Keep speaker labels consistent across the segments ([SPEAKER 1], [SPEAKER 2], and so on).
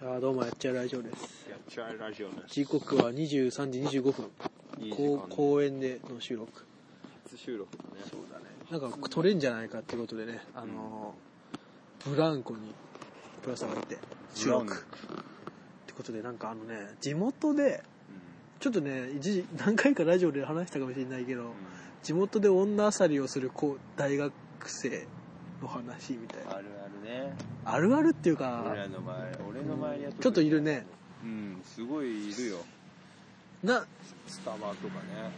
[SPEAKER 1] あどうもやっちゃうラジオです
[SPEAKER 2] やっちゃえラジオです。
[SPEAKER 1] 時刻は23時25分
[SPEAKER 2] いい時
[SPEAKER 1] こ
[SPEAKER 2] 間
[SPEAKER 1] う公園での収録
[SPEAKER 2] 初収録だね。
[SPEAKER 1] そうだねなんか撮れんじゃないかってことでねあのーブランコにぶら下がって収
[SPEAKER 2] ブ
[SPEAKER 1] 録
[SPEAKER 2] ラン
[SPEAKER 1] っ
[SPEAKER 2] コ
[SPEAKER 1] てことでなんかあのね地元でちょっとね一時何回かラジオで話したかもしれないけど、地元で女漁りをする子大学生の話みたいな
[SPEAKER 2] あるあるね。
[SPEAKER 1] あるあるっていう
[SPEAKER 2] 俺
[SPEAKER 1] から
[SPEAKER 2] の前、俺の前にやっ
[SPEAKER 1] ちょっといる。ね
[SPEAKER 2] うん、すごいいるよ。
[SPEAKER 1] な
[SPEAKER 2] スタバとかね。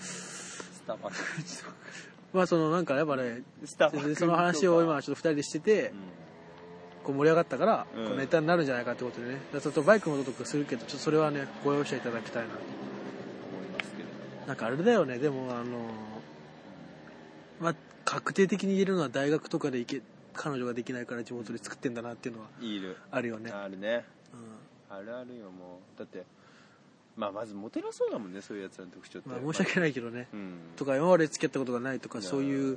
[SPEAKER 2] スタバくじとか。
[SPEAKER 1] まあそのなんかやっぱね
[SPEAKER 2] スタ
[SPEAKER 1] でその話を今ちょっと2人でしてて、こう盛り上がったから、
[SPEAKER 2] うん
[SPEAKER 1] こうネタになるんじゃないかってことでねだからちょっとバイクのこととかするけどちょっとそれはねご容赦いただきたいな
[SPEAKER 2] 思いますけれども。
[SPEAKER 1] なんかあれだよねでもあのまあ確定的に言えるのは大学とかで行け彼女ができないから地元で作ってんだなっていうのはい
[SPEAKER 2] る。
[SPEAKER 1] あるよね、
[SPEAKER 2] あるね。
[SPEAKER 1] う
[SPEAKER 2] あるあるよ、もう。だって、まあ、まずモテなそうだもんね、そういうやつの特徴って。
[SPEAKER 1] んまあ、申し訳ないけどね、
[SPEAKER 2] うん。
[SPEAKER 1] とか今まで付き合ったことがないとかそういう
[SPEAKER 2] い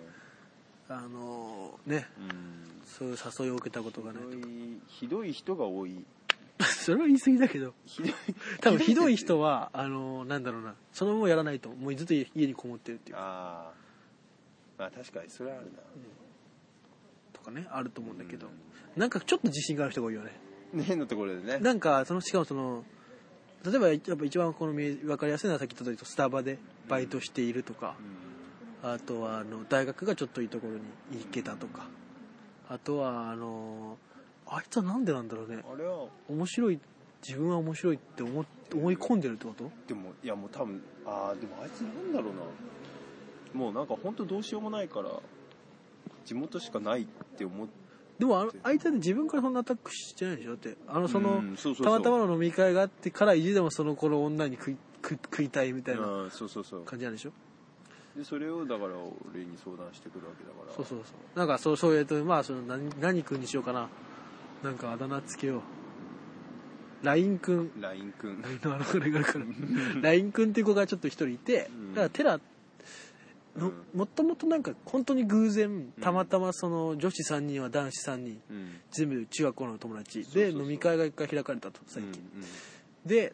[SPEAKER 2] や
[SPEAKER 1] あのね
[SPEAKER 2] うん。
[SPEAKER 1] そういう誘いを受けたことが
[SPEAKER 2] ひ
[SPEAKER 1] ない
[SPEAKER 2] ど
[SPEAKER 1] とか
[SPEAKER 2] い、ひどい人が多い。
[SPEAKER 1] それは言い過ぎだけど
[SPEAKER 2] ひどい。
[SPEAKER 1] 多分ひどい人はあのなんだろうなそのままやらないともうずっと家にこもってるっていう
[SPEAKER 2] ああまあ確かにそれはあるな、
[SPEAKER 1] とかねあると思うんだけど、なんかちょっと自信がある人が多いよね
[SPEAKER 2] 変なところでね
[SPEAKER 1] なんかそのしかもその例えばやっぱ一番この見分かりやすいのはさっき言った通りスタバでバイトしているとか、あとはあの大学がちょっといいところに行けたとかあとはあのあいつはなんでなんだろうね
[SPEAKER 2] あれは
[SPEAKER 1] 面白い自分は面白いって思っ思い込んでるってこと
[SPEAKER 2] でもいやもう多分ああでもあいつなんだろうなもうなんか本当どうしようもないから地元しかないって思って
[SPEAKER 1] でもあのあいつはね自分からそんなアタックしてないでしょだってあのその、
[SPEAKER 2] うんそうそうそう
[SPEAKER 1] たまたまの飲み会があってから意地でもその頃女に食い食い食いたいみたいな
[SPEAKER 2] うんそうそうそう
[SPEAKER 1] 感じなんでしょ
[SPEAKER 2] でそれをだから俺に相談してくるわけだから
[SPEAKER 1] そうそうそうなんかそうそういうとまあその何何君にしようかななんかあだ名つけよう LINE 君
[SPEAKER 2] LINE くん
[SPEAKER 1] LINE のあの子がいる から LINE 君っていう子がちょっと一人いて、
[SPEAKER 2] うん
[SPEAKER 1] だからテラの、
[SPEAKER 2] うん
[SPEAKER 1] もともとなんか本当に偶然たまたまその女子3人は男子3人
[SPEAKER 2] うん
[SPEAKER 1] 全部中学校の友達
[SPEAKER 2] そう
[SPEAKER 1] で
[SPEAKER 2] そうそう
[SPEAKER 1] 飲み会が一回開かれたと最近、で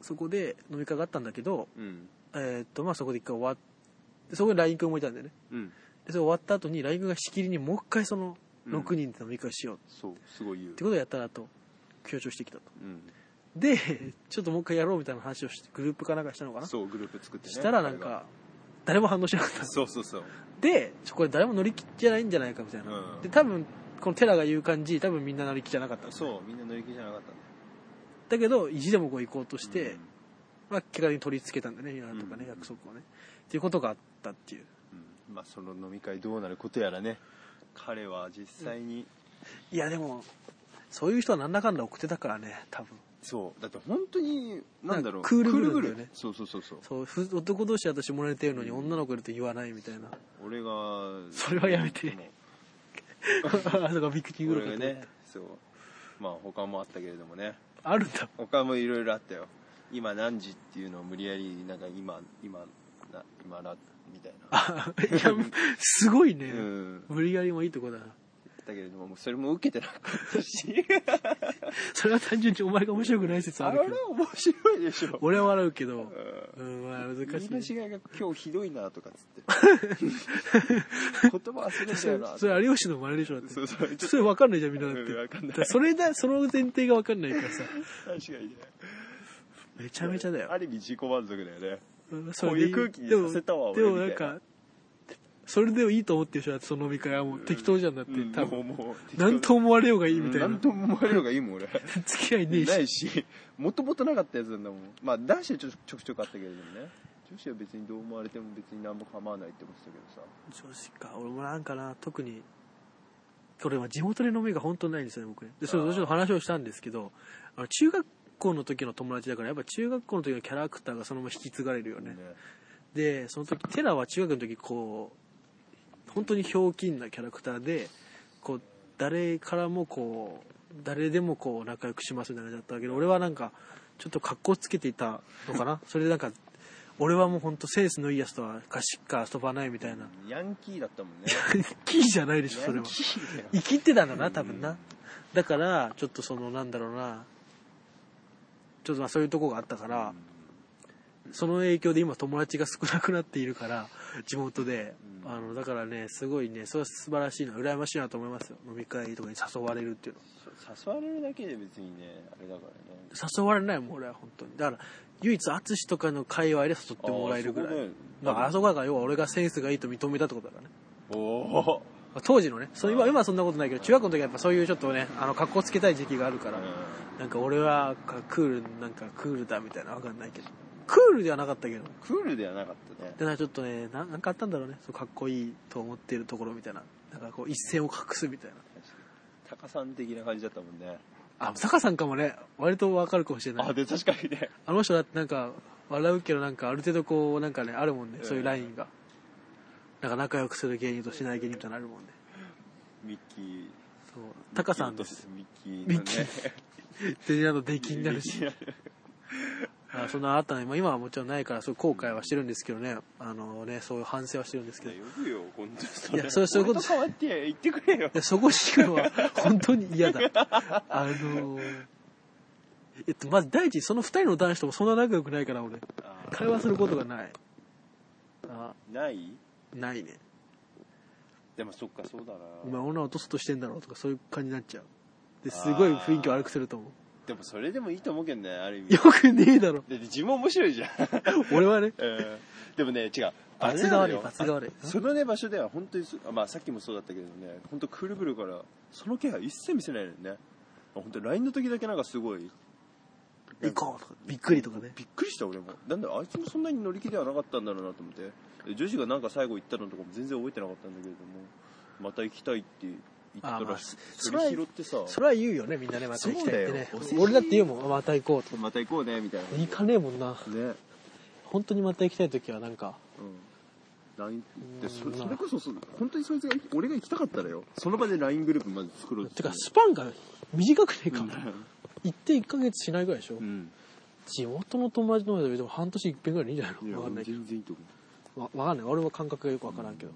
[SPEAKER 1] そこで飲み会があったんだけど、
[SPEAKER 2] うんうん
[SPEAKER 1] えーっとまあ、そこで一回終わってそこに LINE 君もいたんだよね
[SPEAKER 2] うん
[SPEAKER 1] でそれ終わった後に LINE 君がしきりにもう一回その
[SPEAKER 2] うん
[SPEAKER 1] 6人で飲み会しようっ
[SPEAKER 2] そうすごい言う
[SPEAKER 1] てことをやったなと強調してきたと
[SPEAKER 2] うん
[SPEAKER 1] でちょっともう一回やろうみたいな話をしてグループかなんかしたのかな
[SPEAKER 2] そうグループ作ってね
[SPEAKER 1] したらなんか誰も反応しなかった
[SPEAKER 2] そうそうそう
[SPEAKER 1] でちょこれ誰も乗り気じゃないんじゃないかみたいな、
[SPEAKER 2] うん
[SPEAKER 1] で多分このテラが言う感じ多分みんな乗り気じゃなかったんです
[SPEAKER 2] そうみんな乗り気じゃなかったね
[SPEAKER 1] だけど意地でもこう行こうとして、
[SPEAKER 2] うん
[SPEAKER 1] まあ、結果的に取り付けたんだね今とかね、
[SPEAKER 2] うん
[SPEAKER 1] 約束をねっていうことがあったっていう
[SPEAKER 2] うんまあその飲み会どうなることやらね彼は実際に、
[SPEAKER 1] いやでもそういう人はなんだかんだ送ってたからね多分
[SPEAKER 2] そうだって本当になんだ
[SPEAKER 1] な
[SPEAKER 2] ろう
[SPEAKER 1] んかクールブルー
[SPEAKER 2] ク
[SPEAKER 1] だよね
[SPEAKER 2] そうそうそうそう
[SPEAKER 1] そうふ男同士だと下ネタ言うのに女の子いると言わないみたい な
[SPEAKER 2] 俺が
[SPEAKER 1] それはやめて
[SPEAKER 2] も
[SPEAKER 1] あそうかビクティ
[SPEAKER 2] う
[SPEAKER 1] グロ
[SPEAKER 2] 俺がねそうまあ他もあったけれどもね
[SPEAKER 1] あるん だ
[SPEAKER 2] 他もいろいろあったよ今何時っていうのを無理やりなんか今今な今だみたいな
[SPEAKER 1] あいやすごいね、
[SPEAKER 2] うん
[SPEAKER 1] 無理やりもいいとこだな
[SPEAKER 2] だけれどももうそれも受けてなかっ たし
[SPEAKER 1] それは単純にお前が面白くない説あ
[SPEAKER 2] あ
[SPEAKER 1] る
[SPEAKER 2] れ
[SPEAKER 1] けど
[SPEAKER 2] 面白いでしょ
[SPEAKER 1] 俺は笑うけど
[SPEAKER 2] うん
[SPEAKER 1] うんまあ難
[SPEAKER 2] 言い間
[SPEAKER 1] しいね
[SPEAKER 2] 違いが今日ひどいなとか っつって言葉忘れちゃうな
[SPEAKER 1] それ有吉の真似でしょだって
[SPEAKER 2] そうそうちょっ
[SPEAKER 1] それ分かんないじゃんみんなだって
[SPEAKER 2] うんわかんない
[SPEAKER 1] だらそれだその前提が分かんないからさ
[SPEAKER 2] と確かにね
[SPEAKER 1] めちゃめちゃだよ
[SPEAKER 2] ある意味自己満足だよね
[SPEAKER 1] うん
[SPEAKER 2] こういう空気にさせたわ
[SPEAKER 1] でもでも
[SPEAKER 2] 俺
[SPEAKER 1] な
[SPEAKER 2] み
[SPEAKER 1] ん
[SPEAKER 2] たいな
[SPEAKER 1] かそれでもいいと思ってる人だってその飲み会はもう適当じゃんだって、
[SPEAKER 2] うん
[SPEAKER 1] 多
[SPEAKER 2] もう
[SPEAKER 1] 分
[SPEAKER 2] もう
[SPEAKER 1] 何と思われようがいいみたいな、
[SPEAKER 2] 何とも思われるのがいいもん俺
[SPEAKER 1] 付き合いねえし
[SPEAKER 2] ないしもともとなかったやつなんだもんまあ男子はちょちょくちょくあったけれどもね女子は別にどう思われても別に何も構わないって思ってたけどさ
[SPEAKER 1] 女子か俺もなんかな特にこれは地元で飲みが本当にないんですよね僕ねでそれ
[SPEAKER 2] あー
[SPEAKER 1] どうしても話をしたんですけどあの中学校の時の友達だからやっぱ中学校の時のキャラクターがそのまま引き継がれるよね、でその時テラは中学の時こう本当にひょうきんなキャラクターでこう誰からもこう誰でもこう仲良くしますみたいな感じだったけど俺はなんかちょっと格好つけていたのかなそれでなんか俺はもう本当センスのいいやつとはかしっか遊ばないみたいな
[SPEAKER 2] ヤンキーだったもんね
[SPEAKER 1] キーじゃないでしょ
[SPEAKER 2] ヤ
[SPEAKER 1] それ
[SPEAKER 2] ン
[SPEAKER 1] は
[SPEAKER 2] キーだよ
[SPEAKER 1] 生きてたんだな多分なだからちょっとそのなんだろうなちょっとまあそういうとこがあったから、その影響で今友達が少なくなっているから地元で、
[SPEAKER 2] うん
[SPEAKER 1] あのだからねすごいねそれは素晴らしいな羨ましいなと思いますよ飲み会とかに誘われるっていうの
[SPEAKER 2] 誘われるだけで別にねあれだからね
[SPEAKER 1] 誘われないもん俺は本当にだから唯一淳とかの界隈で誘ってもらえるぐらい
[SPEAKER 2] あーそこね
[SPEAKER 1] だからあそこが要は俺がセンスがいいと認めたってことだからね
[SPEAKER 2] おお
[SPEAKER 1] 当時のねそう今今はそんなことないけど中学の時はやっぱそういうちょっとねあの格好つけたい時期があるから、なんか俺はかクールなんかクールだみたいなわかんないけどクールではなかったけど
[SPEAKER 2] クールではなかったね
[SPEAKER 1] だからちょっとねななんかあったんだろうねそうかっこいいと思ってるところみたいななんかこう一線を隠すみたいな
[SPEAKER 2] タカさん的な感じだったもんね
[SPEAKER 1] あ坂さんかもね割とわかるかもしれない
[SPEAKER 2] あで確かにね
[SPEAKER 1] あの人だってなんか笑うけどなんかある程度こうなんかねあるもんね
[SPEAKER 2] うん
[SPEAKER 1] そういうラインがなんか仲良くする芸人としない芸人みたいなのあるもんね
[SPEAKER 2] ミッキー
[SPEAKER 1] そうタカさんです
[SPEAKER 2] ミッキーのね
[SPEAKER 1] ミッキー全然あの出禁になるし
[SPEAKER 2] ミッキー
[SPEAKER 1] あそんなのあったねまあ今はもちろんないからそう後悔はしてるんですけどねあのねそういう反省はしてるんですけど
[SPEAKER 2] いや呼ぶよ本当にそ
[SPEAKER 1] いやそうそういうこと
[SPEAKER 2] 俺変わって言ってくれよ
[SPEAKER 1] いや、そこに行くのは本当に嫌だ。あのーえっと、まず第一、その二人の男子ともそんな仲良くないから、俺。
[SPEAKER 2] あ
[SPEAKER 1] 会話することがない。あ、
[SPEAKER 2] ない
[SPEAKER 1] ないね。
[SPEAKER 2] でもそっかそうだな
[SPEAKER 1] お前女落とそうとしてんだろうとか、そういう感じになっちゃう。で、すごい雰囲気悪くすると思う。
[SPEAKER 2] でもそれでもいいと思うけどねある意味
[SPEAKER 1] よくねえだろ。
[SPEAKER 2] で自分面白いじゃ ん、
[SPEAKER 1] 俺はね、
[SPEAKER 2] うんでもね違うあれ
[SPEAKER 1] 罰
[SPEAKER 2] な
[SPEAKER 1] が
[SPEAKER 2] の
[SPEAKER 1] 悪い、
[SPEAKER 2] よ
[SPEAKER 1] 罰が悪い。
[SPEAKER 2] そのね場所では本当にそまあさっきもそうだったけどね本当くるくるからその気配一切見せないのよね本当 LINE の時だけなんかすごい
[SPEAKER 1] 行こうとか、びっくりとかね。
[SPEAKER 2] びっくりした俺もなんだあいつもそんなに乗り気ではなかったんだろうなと思ってで女子がなんか最後行ったのとかも全然覚えてなかったんだけれどもまた行きたいって言ったらしい
[SPEAKER 1] あまあ
[SPEAKER 2] それ拾ってさ
[SPEAKER 1] それは言うよね、みんなね、また行きたいってね
[SPEAKER 2] そうだよお世。辞
[SPEAKER 1] 俺だって言うもん、また行こうと。
[SPEAKER 2] また行こうねみたいな
[SPEAKER 1] 行かねえもんな。
[SPEAKER 2] ね
[SPEAKER 1] 本当にまた行きたい時はなんか、
[SPEAKER 2] うん LINE でそ
[SPEAKER 1] うん
[SPEAKER 2] それこそそ本当にそいつが俺が行きたかったらよその場で LINE グループまで作ろうって
[SPEAKER 1] かスパンが短くねえか、
[SPEAKER 2] う
[SPEAKER 1] 行って1ヶ月しないぐらいでしょ、
[SPEAKER 2] ん
[SPEAKER 1] 地元の友達とでも半年いっぺんぐらいでいいんじゃない
[SPEAKER 2] いや
[SPEAKER 1] のわかんないけ
[SPEAKER 2] 全然いいと思
[SPEAKER 1] どわわかんない俺も感覚がよくわからんけ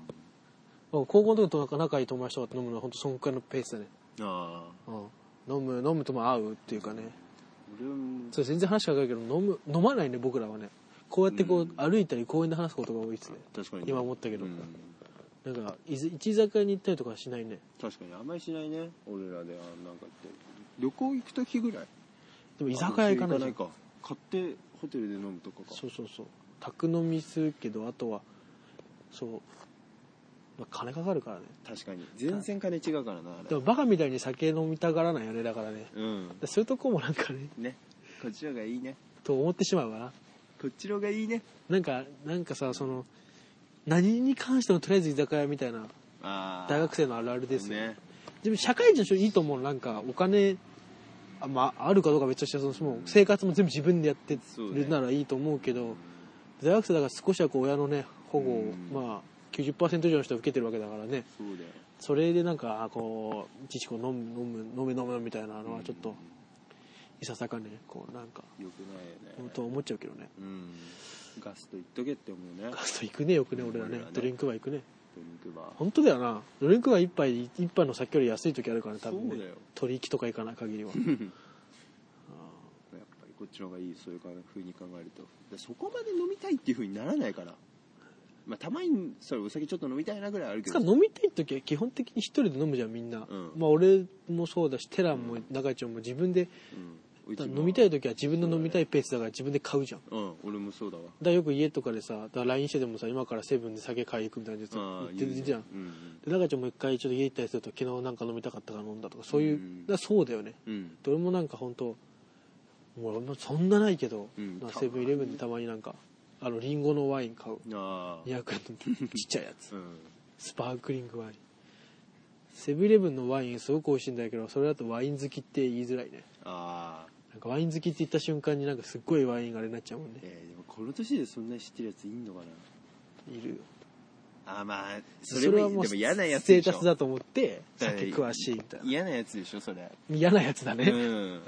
[SPEAKER 1] ど、高校の時と仲仲いい友達とかと飲むのは本当そんくらいのペースだね、
[SPEAKER 2] うああ
[SPEAKER 1] うん、飲む飲むとも合うっていうかね
[SPEAKER 2] 俺も
[SPEAKER 1] それ全然話変わるけど飲む飲まないね僕らはねこうやってこう、
[SPEAKER 2] うん
[SPEAKER 1] 歩いたり公園で話すことが多いっすね
[SPEAKER 2] 確かに
[SPEAKER 1] 今思ったけど、
[SPEAKER 2] うん
[SPEAKER 1] なんかいず一居酒屋に行ったりとかはしないね
[SPEAKER 2] 確かにあんまりしないね俺らであなんかって旅行行く時ぐらい
[SPEAKER 1] でも居酒屋行かない
[SPEAKER 2] あ
[SPEAKER 1] じゃ
[SPEAKER 2] そうんか買ってホテルで飲むとかか
[SPEAKER 1] そうそうそう宅飲みするけどあとはそう、まあ、金かかるからね
[SPEAKER 2] 確かに全然金違うからなあ
[SPEAKER 1] で
[SPEAKER 2] れ
[SPEAKER 1] もバカみたいに酒飲みたがらないあれだからね
[SPEAKER 2] うん
[SPEAKER 1] でそういうとこもなんかね
[SPEAKER 2] ねこっちの方がいいね
[SPEAKER 1] と思ってしまうかな
[SPEAKER 2] こっちの方がいいね
[SPEAKER 1] なんかなんかさその何に関してもとりあえず居酒屋みたいな
[SPEAKER 2] ああ
[SPEAKER 1] 大学生のあるあるですよ、
[SPEAKER 2] ね
[SPEAKER 1] でも社会人の人いいと思うなんかお金あ,、まあ、あるかどうかは別としてそのもう生活も全部自分でやってるならいいと思うけど大学生だから少しはこう親のね保護を、
[SPEAKER 2] うん
[SPEAKER 1] まあ90%以上の人は受けてるわけだからね
[SPEAKER 2] そうだよ
[SPEAKER 1] それでなんかあこういちいちこう飲む飲む飲め飲めみたいなのはちょっといささかねこうなんか
[SPEAKER 2] よくないよね
[SPEAKER 1] 本当は思っちゃうけどね
[SPEAKER 2] うんガスト行っとけって思うね
[SPEAKER 1] ガスト行くねよくね俺ら
[SPEAKER 2] 俺
[SPEAKER 1] ね
[SPEAKER 2] らね
[SPEAKER 1] ドリンクバー行くね
[SPEAKER 2] ドリンクバー
[SPEAKER 1] 本当だよなドリンクバー一杯一杯の先より安い時あるからね多分
[SPEAKER 2] そうだ
[SPEAKER 1] ね
[SPEAKER 2] よ
[SPEAKER 1] 取引とか行かない限 りは
[SPEAKER 2] やっぱりこっちの方がいいそういうふうに考えるとでそこまで飲みたいっていうふうにならないからまあたまにそれお酒ちょっと飲みたいなぐらいあるけ
[SPEAKER 1] つか
[SPEAKER 2] ど
[SPEAKER 1] 飲みたい時は基本的に一人で飲むじゃんみんな、
[SPEAKER 2] うん
[SPEAKER 1] まあ俺もそうだしテランも中井ちゃんも自分で
[SPEAKER 2] うんうちも
[SPEAKER 1] 飲みたい時は自分の飲みたいペースだから自分で買うじゃんだか
[SPEAKER 2] うん俺もそうだわ
[SPEAKER 1] らよく家とかでさだから LINE してでもさ今からセブンで酒買い行くみたいなやつ
[SPEAKER 2] あ
[SPEAKER 1] 言
[SPEAKER 2] あ
[SPEAKER 1] ってるじゃん
[SPEAKER 2] うん
[SPEAKER 1] で中ちゃんも一回ちょっと家行ったりすると昨日なんか飲みたかったから飲んだとかそういう、
[SPEAKER 2] うん
[SPEAKER 1] だからそうだよね
[SPEAKER 2] うんうん
[SPEAKER 1] で俺もなんか本当もう俺もそんなないけど、
[SPEAKER 2] うん
[SPEAKER 1] まあセブンイレブンでたまになんかあのリンゴのワイン買う
[SPEAKER 2] ああ
[SPEAKER 1] 200円の ちっちゃいやつ
[SPEAKER 2] うん
[SPEAKER 1] スパークリングワインセブンイレブンのワインすごく美味しいんだけどそれだとワイン好きって言いづらいね
[SPEAKER 2] ああ
[SPEAKER 1] なんかワイン好きって言った瞬間になんかすっごいワインがあれになっちゃうもんね
[SPEAKER 2] えーでもこの年でそんな知ってるやついんのかない
[SPEAKER 1] るよ
[SPEAKER 2] ああまあそ
[SPEAKER 1] そ
[SPEAKER 2] れ
[SPEAKER 1] れは
[SPEAKER 2] も
[SPEAKER 1] もう
[SPEAKER 2] でも嫌なやつ
[SPEAKER 1] ステ
[SPEAKER 2] で
[SPEAKER 1] ー
[SPEAKER 2] し
[SPEAKER 1] タ
[SPEAKER 2] ょ
[SPEAKER 1] スだと思って
[SPEAKER 2] だから
[SPEAKER 1] 酒詳しいみたいな
[SPEAKER 2] 嫌なやつでしょそれ
[SPEAKER 1] 嫌なやつだ
[SPEAKER 2] う
[SPEAKER 1] ね
[SPEAKER 2] ん
[SPEAKER 1] うん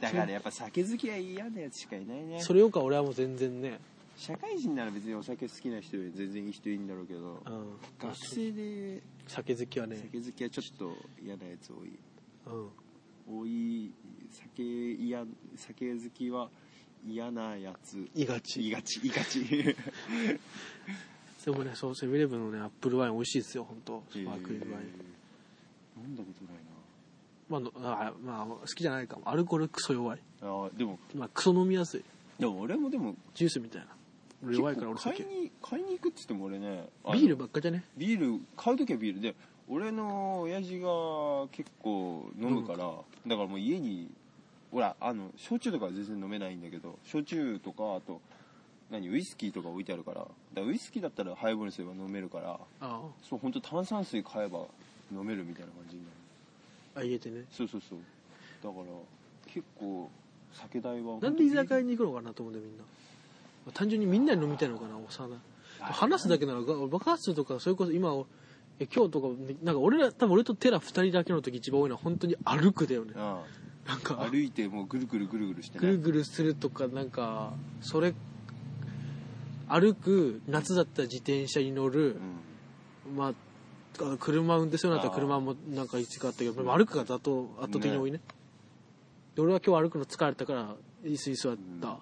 [SPEAKER 2] だからやっぱ酒好きは嫌なやつしかいないね
[SPEAKER 1] それよりか俺はもう全然ね
[SPEAKER 2] 社会人なら別にお酒好きな人より全然いい人いいんだろうけど
[SPEAKER 1] うん
[SPEAKER 2] 学生で
[SPEAKER 1] 酒好きはね
[SPEAKER 2] 酒好きはちょっと嫌なやつ多い
[SPEAKER 1] うん
[SPEAKER 2] 多い酒いや酒好きは嫌なやつ
[SPEAKER 1] いがち
[SPEAKER 2] いがちいがち
[SPEAKER 1] でもねそうセブンイレブンのねアップルワイン美味しいですよ本当スパークリングワイン、
[SPEAKER 2] えー飲んだことない
[SPEAKER 1] まあのあまあ好きじゃないかもアルコールクソ弱い
[SPEAKER 2] なあーでも
[SPEAKER 1] まあクソ飲みやすい
[SPEAKER 2] でも俺もでも
[SPEAKER 1] ジュースみたいな俺弱いから俺
[SPEAKER 2] 結構買い
[SPEAKER 1] 酒
[SPEAKER 2] に買いに行くっつっても俺ねあの
[SPEAKER 1] ビールばっかじゃね
[SPEAKER 2] ビール買う時はビールで俺の親父が結構飲むから、だからもう家にほらあの焼酎とかは全然飲めないんだけど焼酎とかあと何ウイスキーとか置いてあるからだからウイスキーだったらハイボールにすれば飲めるから
[SPEAKER 1] あ
[SPEAKER 2] そう本当炭酸水買えば飲めるみたいな感じになる
[SPEAKER 1] ああ言えてね
[SPEAKER 2] そうそうそうだから結構酒代は
[SPEAKER 1] なんで居酒屋
[SPEAKER 2] に
[SPEAKER 1] に行くのかなと思うんだよみんな単純にみんなに飲みたいのかなお魚話すだけならが爆発数とかそれこそ今え今日とかなんか俺ら多分俺とテラ2人だけの時一番多いのは本当に歩くだよね
[SPEAKER 2] あ
[SPEAKER 1] なんか
[SPEAKER 2] あ歩いてもうぐるぐるぐるぐるして
[SPEAKER 1] ぐる
[SPEAKER 2] ね
[SPEAKER 1] ぐるするとかなんかそれ歩く夏だったら自転車に乗る、まああ車運転するようになったら車もなんか一かあったけどでも歩くがだと圧倒的に多いねで俺は今日歩くの疲れたから椅子に座った、
[SPEAKER 2] うん、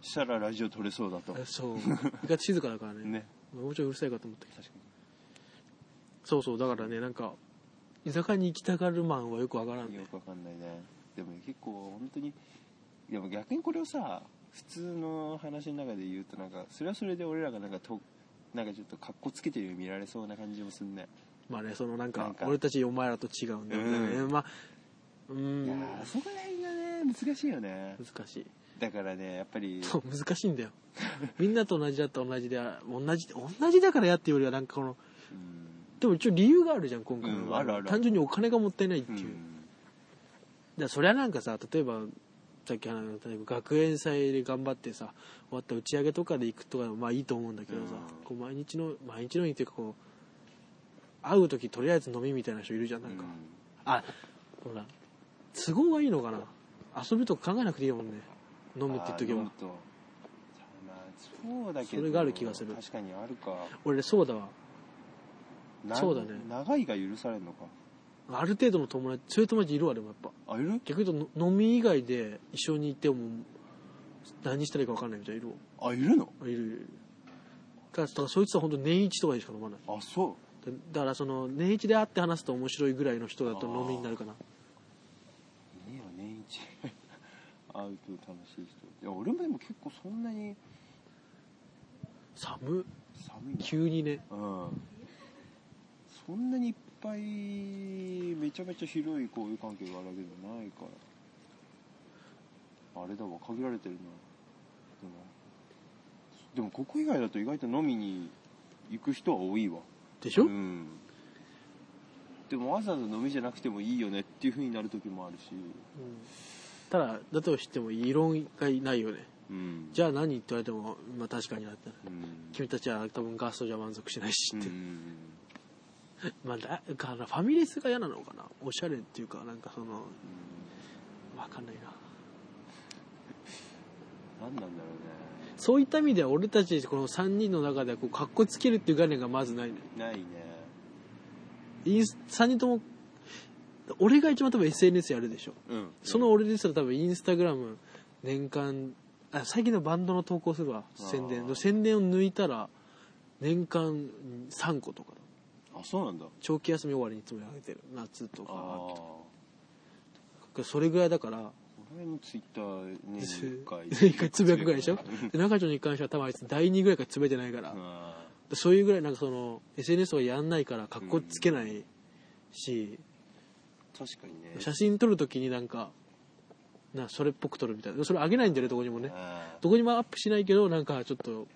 [SPEAKER 2] したらラジオ撮れそうだと
[SPEAKER 1] あそう意外と静かだからね
[SPEAKER 2] ね
[SPEAKER 1] もうちょいうるさいかと思ったけど
[SPEAKER 2] 確かに
[SPEAKER 1] そうそうだからねなんか居酒屋に行きたがるマンはよくわからんね
[SPEAKER 2] よくわかんないねでも結構本当にでも逆にこれをさ普通の話の中で言うとなんかそれはそれで俺らがなんかとなんかちょっとかっこつけてるように見られそうな感じもすんね
[SPEAKER 1] まあねそのなん
[SPEAKER 2] な
[SPEAKER 1] か
[SPEAKER 2] んか
[SPEAKER 1] 俺たちお前らと違うんだよね、
[SPEAKER 2] うん
[SPEAKER 1] まあう
[SPEAKER 2] い
[SPEAKER 1] ん
[SPEAKER 2] やーそこら辺がね難しいよね
[SPEAKER 1] 難しい
[SPEAKER 2] だからねやっぱり
[SPEAKER 1] そう 難しいんだよみんなと同じだったら同じで同じ同じだからやっていうよりはなんかこの
[SPEAKER 2] うん
[SPEAKER 1] でも一応理由があるじゃん今回の、
[SPEAKER 2] うんあるある
[SPEAKER 1] 単純にお金がもったいないって
[SPEAKER 2] う
[SPEAKER 1] いう、だか
[SPEAKER 2] ん
[SPEAKER 1] らそりゃなんかさ例えばさっき話した例えば学園祭で頑張ってさ終わった打ち上げとかで行くとかでもまあいいと思うんだけどさ、
[SPEAKER 2] うん
[SPEAKER 1] こう毎日の毎日のようにっていうかこう会う時とりあえず飲みみたいな人いるじゃんなんか、あほら都合がいいのかな遊びとか考えなくていいもんね飲むって言っとけ
[SPEAKER 2] あー
[SPEAKER 1] ば
[SPEAKER 2] 飲むとまあそうだけど
[SPEAKER 1] それがある気がする
[SPEAKER 2] 確かにあるか
[SPEAKER 1] 俺そうだわ
[SPEAKER 2] な
[SPEAKER 1] そうだね
[SPEAKER 2] 長いが許されるのか
[SPEAKER 1] ある程度の友達そういう友達いるわでもやっぱ
[SPEAKER 2] あいる
[SPEAKER 1] 逆に言うとの飲み以外で一緒にいても何したらいいか分かんないみたいないるわ
[SPEAKER 2] あいるの
[SPEAKER 1] いるいるいるだからだからそいつは本当年一とかでしか飲まない
[SPEAKER 2] あそう
[SPEAKER 1] だだからその年一で会って話すと面白いぐらいの人だと飲みになるかな
[SPEAKER 2] ねえよ年一会うと楽しい人いや俺もでも結構そんなに
[SPEAKER 1] 寒っ
[SPEAKER 2] 寒い
[SPEAKER 1] 急にね
[SPEAKER 2] なうんそんなにいっぱいめちゃめちゃ広い交友関係があるわけじゃないからあれだわ限られてるなでもでもここ以外だと意外と飲みに行く人は多いわ
[SPEAKER 1] でしょ、
[SPEAKER 2] うんでもわざわざ飲みじゃなくてもいいよねっていう風になる時もあるし
[SPEAKER 1] ただだとしても異論がないよね
[SPEAKER 2] うん
[SPEAKER 1] じゃあ何って言われてもまあ確かになってない
[SPEAKER 2] うん
[SPEAKER 1] 君たちは多分ガストじゃ満足しないし
[SPEAKER 2] う
[SPEAKER 1] って、
[SPEAKER 2] ん
[SPEAKER 1] まあだかなファミレスが嫌なのかなおしゃれっていうかなんかそのわかんないな
[SPEAKER 2] 何なんだろ
[SPEAKER 1] そういった意味では俺たちこの3人の中ではこうかっこつけるっていう概念がまずないね
[SPEAKER 2] うねないね
[SPEAKER 1] インス3人とも俺が一番多分 SNS やるでしょ
[SPEAKER 2] うん
[SPEAKER 1] その俺ですら多分インスタグラム年間あ最近のバンドの投稿するわ
[SPEAKER 2] あー
[SPEAKER 1] 宣伝の宣伝を抜いたら年間3個とかだ
[SPEAKER 2] あそうなんだ
[SPEAKER 1] 長期休み終わりにいつもやってる夏と
[SPEAKER 2] ああ
[SPEAKER 1] かそれぐらいだから
[SPEAKER 2] 俺のツイッタ ー年に一回
[SPEAKER 1] 一回つぶやくぐらいでしょで中条に関しては多分あいつ第2ぐらいからつぶやいてないから、
[SPEAKER 2] あ
[SPEAKER 1] そういうぐらいなんかその SNS をやんないから格好つけないし、
[SPEAKER 2] ー確かにね
[SPEAKER 1] 写真撮るときになんかなそれっぽく撮るみたいなそれあげないんだよねどこにもね
[SPEAKER 2] あー
[SPEAKER 1] どこにもアップしないけどなんかちょっと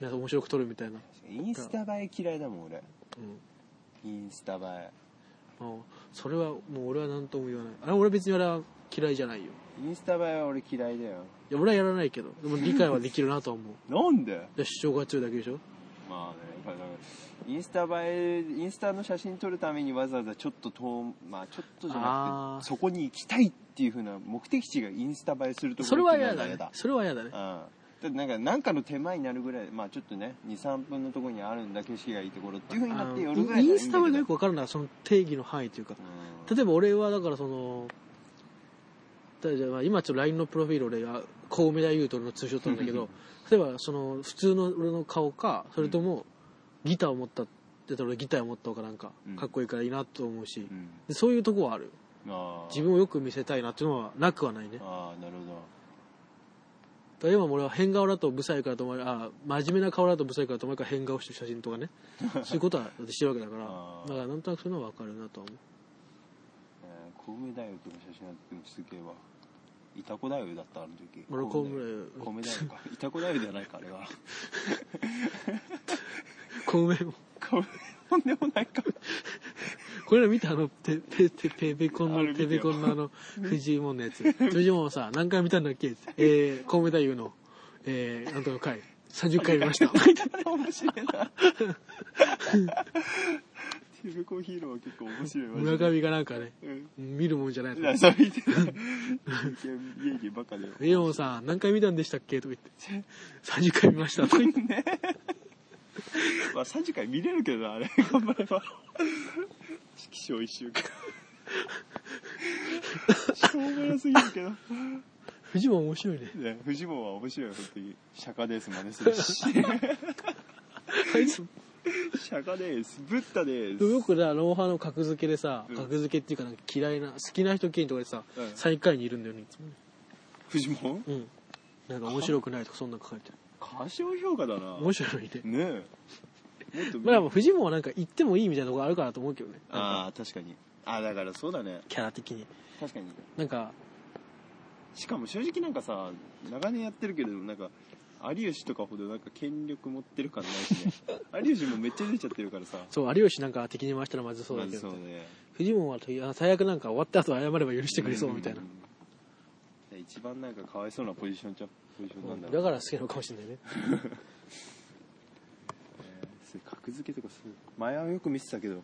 [SPEAKER 1] なんか面白く撮るみたいな、
[SPEAKER 2] インスタ映え嫌いだもん俺
[SPEAKER 1] うん
[SPEAKER 2] インスタ映え
[SPEAKER 1] あそれはもう俺は何とも言わないあれ俺別にあれは嫌いじゃないよ
[SPEAKER 2] インスタ映えは俺嫌いだよ
[SPEAKER 1] いや俺はやらないけどでも理解はできるなとは 思う
[SPEAKER 2] なんで
[SPEAKER 1] いや主張が強いだけでしょ
[SPEAKER 2] まあねやっぱりなんかインスタ映えインスタの写真撮るためにわざわざちょっと遠まあちょっとじゃな
[SPEAKER 1] あ
[SPEAKER 2] く
[SPEAKER 1] ー
[SPEAKER 2] てそこに行きたいっていう風な目的地がインスタ映えするとこ
[SPEAKER 1] それ
[SPEAKER 2] ろっ
[SPEAKER 1] は
[SPEAKER 2] ていう
[SPEAKER 1] 嫌
[SPEAKER 2] のが
[SPEAKER 1] だ
[SPEAKER 2] 嫌
[SPEAKER 1] ね
[SPEAKER 2] だ
[SPEAKER 1] それは嫌だね
[SPEAKER 2] うんだってなんかなんかの手前になるぐらいまあちょっとね23分のところにあるんだ景色がいいところっていうふうになって夜ぐらい
[SPEAKER 1] インスタは
[SPEAKER 2] は
[SPEAKER 1] よくわからないその定義の範囲というか例えば俺はだからその例えばまあ今ちょっと LINE のプロフィール俺が小梅田優斗のツーショットなんだけど例えばその普通の俺の顔かそれともギターを持ったって俺ギターを持った方かなんか
[SPEAKER 2] うん
[SPEAKER 1] かっこいいからいいなと思うし、
[SPEAKER 2] うん
[SPEAKER 1] でそういうとこはある
[SPEAKER 2] あー
[SPEAKER 1] 自分をよく見せたいなっていうのはなくはないねだか
[SPEAKER 2] ああなるほど
[SPEAKER 1] ら今も俺は変顔だと不細工だと思われあ真面目な顔だと不細工だと思うから変顔してる写真と かねそういうことはしてるわけだから
[SPEAKER 2] あー
[SPEAKER 1] だからなんとなくそういうのは分かるなとは思う
[SPEAKER 2] えー小梅太夫との写真あってもすげえわいたこ太夫だったあの時
[SPEAKER 1] 俺小梅太夫
[SPEAKER 2] 小梅太夫かいたこ太夫じゃないかあれは
[SPEAKER 1] 小梅も
[SPEAKER 2] 小梅とんでもないか
[SPEAKER 1] これら見たあのペペペペペコン
[SPEAKER 2] あ
[SPEAKER 1] の
[SPEAKER 2] れ見て
[SPEAKER 1] ペ
[SPEAKER 2] よ
[SPEAKER 1] ペコンのあの藤井門のやつ藤井門はさ何回見たんだっけえー、コウメ太夫のえー、なんとか回30回見ました
[SPEAKER 2] 面白いなティブコヒーローは結構面白いマジで
[SPEAKER 1] 村上がなんかね
[SPEAKER 2] うん
[SPEAKER 1] 見るもんじゃない
[SPEAKER 2] い
[SPEAKER 1] と
[SPEAKER 2] やそう見てないいやいやバ カだよ
[SPEAKER 1] えー、もうさ何回見たんでしたっけとか言って30回見ましたとか言って
[SPEAKER 2] まあ3時間見れるけどなあれ頑張れば気象1週間しょうもなすぎるけど
[SPEAKER 1] 藤井門面白いね
[SPEAKER 2] ねフジモンは面白いよ本当に釈迦です真似する し
[SPEAKER 1] あいつ
[SPEAKER 2] 釈迦ですブッダです
[SPEAKER 1] でもよくさローハの格付けでさ
[SPEAKER 2] うん
[SPEAKER 1] 格付けっていうかなんか嫌いな好きな人権とかでさ
[SPEAKER 2] うん
[SPEAKER 1] 最下位にいるんだよねいつもね
[SPEAKER 2] フジモン
[SPEAKER 1] うんなんか面白くないとかそんなん書いてある
[SPEAKER 2] 過小評価だな
[SPEAKER 1] 面白いね
[SPEAKER 2] ねえもっと
[SPEAKER 1] まあでもフジモンはなんか行ってもいいみたいなとこあるかなと思うけどね
[SPEAKER 2] ああ確かにああだからそうだね
[SPEAKER 1] キャラ的に
[SPEAKER 2] 確かに
[SPEAKER 1] なんか
[SPEAKER 2] しかも正直なんかさ長年やってるけどなんか有吉とかほどなんか権力持ってる感ない しね有吉もめっちゃ出ちゃってるからさ
[SPEAKER 1] そう有吉なんか敵に回したらまずそうだけ
[SPEAKER 2] まあ
[SPEAKER 1] ど
[SPEAKER 2] そうね
[SPEAKER 1] フジモンはとあ最悪なんか終わった後謝れば許してくれそうみたいな
[SPEAKER 2] うんうんうん一番なんかかわいそうなポジションちゃポジションなんだ
[SPEAKER 1] うん
[SPEAKER 2] ろ
[SPEAKER 1] だか
[SPEAKER 2] う
[SPEAKER 1] ら好きなのかもしれないね
[SPEAKER 2] それ格付けとかする前はよく見てたけど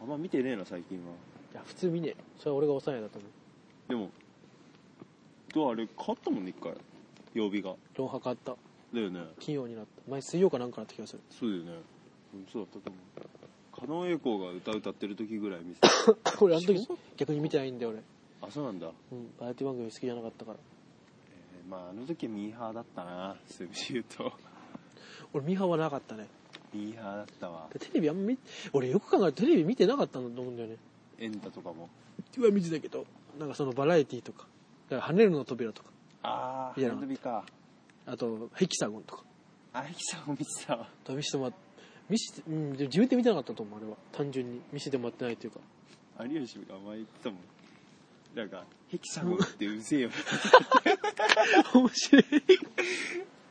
[SPEAKER 2] あんま見てねえな最近はい
[SPEAKER 1] や普通見ねえそれは俺が幼いだと思う
[SPEAKER 2] でもどうあれ勝ったもんね一回曜日が
[SPEAKER 1] ロンハ買った
[SPEAKER 2] だよね
[SPEAKER 1] 金曜になった前水曜かなんかなった気 がする
[SPEAKER 2] そうだよねうんそうだったと思う狩野英孝が歌歌ってる時ぐらい見 せた
[SPEAKER 1] 俺あの時
[SPEAKER 2] そう
[SPEAKER 1] 逆に見てないんだよ俺、
[SPEAKER 2] あそうなんだ、
[SPEAKER 1] うん、バラエティ番組好きじゃなかったから
[SPEAKER 2] えーまああの時はミーハーだったなそういう意味で言うと
[SPEAKER 1] 俺ミーハーはなかったね
[SPEAKER 2] ミーハーだったわ
[SPEAKER 1] でテレビあんま見俺よく考えるとテレビ見てなかったんだと思うんだよね
[SPEAKER 2] エンタとかも
[SPEAKER 1] 一番見てたけどなんかそのバラエティとかだから跳ねるの扉とか
[SPEAKER 2] ああ
[SPEAKER 1] いや
[SPEAKER 2] 花火か
[SPEAKER 1] あとヘキサゴンとか
[SPEAKER 2] あゆきさんも見てたわ
[SPEAKER 1] と見せてもらっ見せて、うん、でも自分で見てなかったと思うあれは単純に見せてもらってないというか
[SPEAKER 2] 有吉が前言ってたもんなんか「ヘキサゴンってうぜえよ」
[SPEAKER 1] 面白い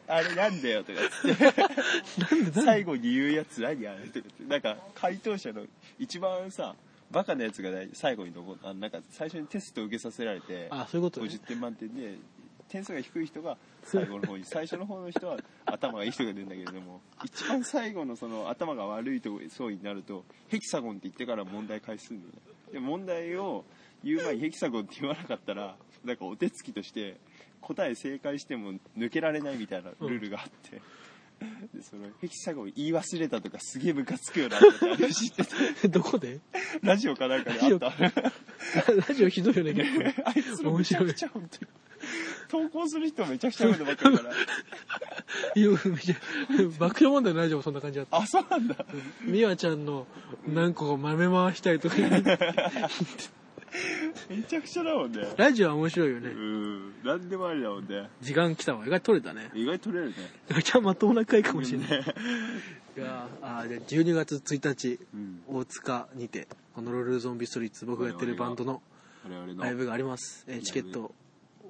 [SPEAKER 2] あれなんだよとか言って最後に言うやつ何あれとか言ってなんか回答者の一番さバカなやつがね最後に残ったなんか最初にテスト受けさせられて
[SPEAKER 1] あそういうことね
[SPEAKER 2] 50点満点で点数が低い人が最後の方に最初の方の人は頭がいい人が出るんだけれども一番最後のその頭が悪いとそうになるとヘキサゴンって言ってから問題開始するのねで問題を言う前にヘキサゴンって言わなかったらなんかお手つきとして答え正解しても抜けられないみたいなルールがあって、でそのヘキサゴン言い忘れたとかすげえムカつくよなって話してて
[SPEAKER 1] どこで
[SPEAKER 2] ラジオかなんかであった
[SPEAKER 1] ラジオひどいよね結構
[SPEAKER 2] あいつらめちゃくちゃ本当に投稿する人めちゃくちゃ多いのばっかりだから
[SPEAKER 1] いやめちゃ爆笑問題のラジオもそんな感じだった
[SPEAKER 2] あそうなんだ
[SPEAKER 1] 美和ちゃんの何個か豆回したり とか
[SPEAKER 2] めちゃくちゃだもんね
[SPEAKER 1] ラジオは面白いよね
[SPEAKER 2] うん何でもありだもんね
[SPEAKER 1] 時間来たわ意外と取れたね
[SPEAKER 2] 意外と取れるね
[SPEAKER 1] じゃあまともな回かもしれないいやーあーじゃあ12月1日、
[SPEAKER 2] うん
[SPEAKER 1] 大塚にてこのロールゾンビストリート僕がやってるバンドの
[SPEAKER 2] 我々の
[SPEAKER 1] ライブがあります、えーチケット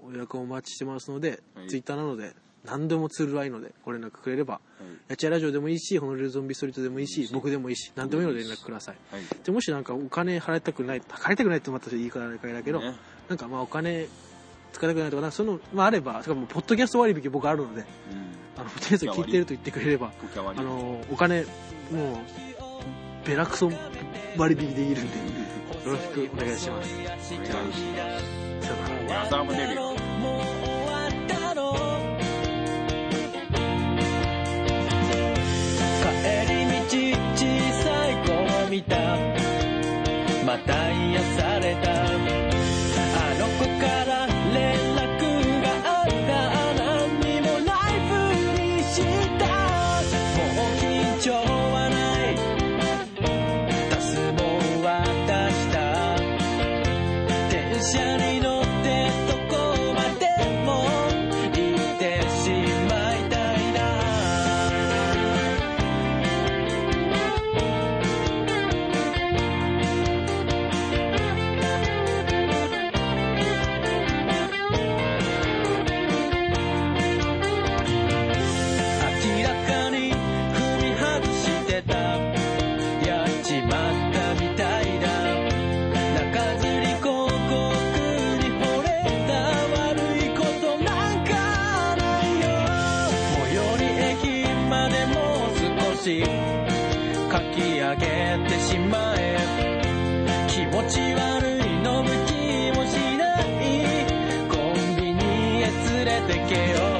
[SPEAKER 1] お予約をお待ちしてますので、
[SPEAKER 2] はい
[SPEAKER 1] ツイッターなので何でもツールはいいのでご連絡くれれば、やっちゃいラジオでもいいしホノルルゾンビストリートでもいいし僕でもいいし何でもいいので連絡ください
[SPEAKER 2] はい
[SPEAKER 1] でもしなんかお金払いたくない払いたくないってまた言い方あれだけど、
[SPEAKER 2] ね
[SPEAKER 1] なんかまあお金使いたくないとかなんかそのまああればしかもポッドキャスト割引僕あるので
[SPEAKER 2] うん
[SPEAKER 1] あのポッドキャスト聞いてると言ってくれれば
[SPEAKER 2] おかわり
[SPEAKER 1] あのお金もうベラクソ割引でいるんでよろしくお願いします
[SPEAKER 2] お願いします
[SPEAKER 1] さよなら
[SPEAKER 2] いや朝も出るよ
[SPEAKER 3] もう終わったろまた癒されたあの子から連絡があった何にもないふりしたもう緊張はないガスも渡した電車に乗ってどこまでも行ってしまいたいな明らかに踏み外してたやっちまったみたいだ中吊り広告に惚れた悪いことなんかないよ最寄り駅までもう少しかき上げてしまえ気持ち悪い飲む気もしないコンビニへ連れてけよ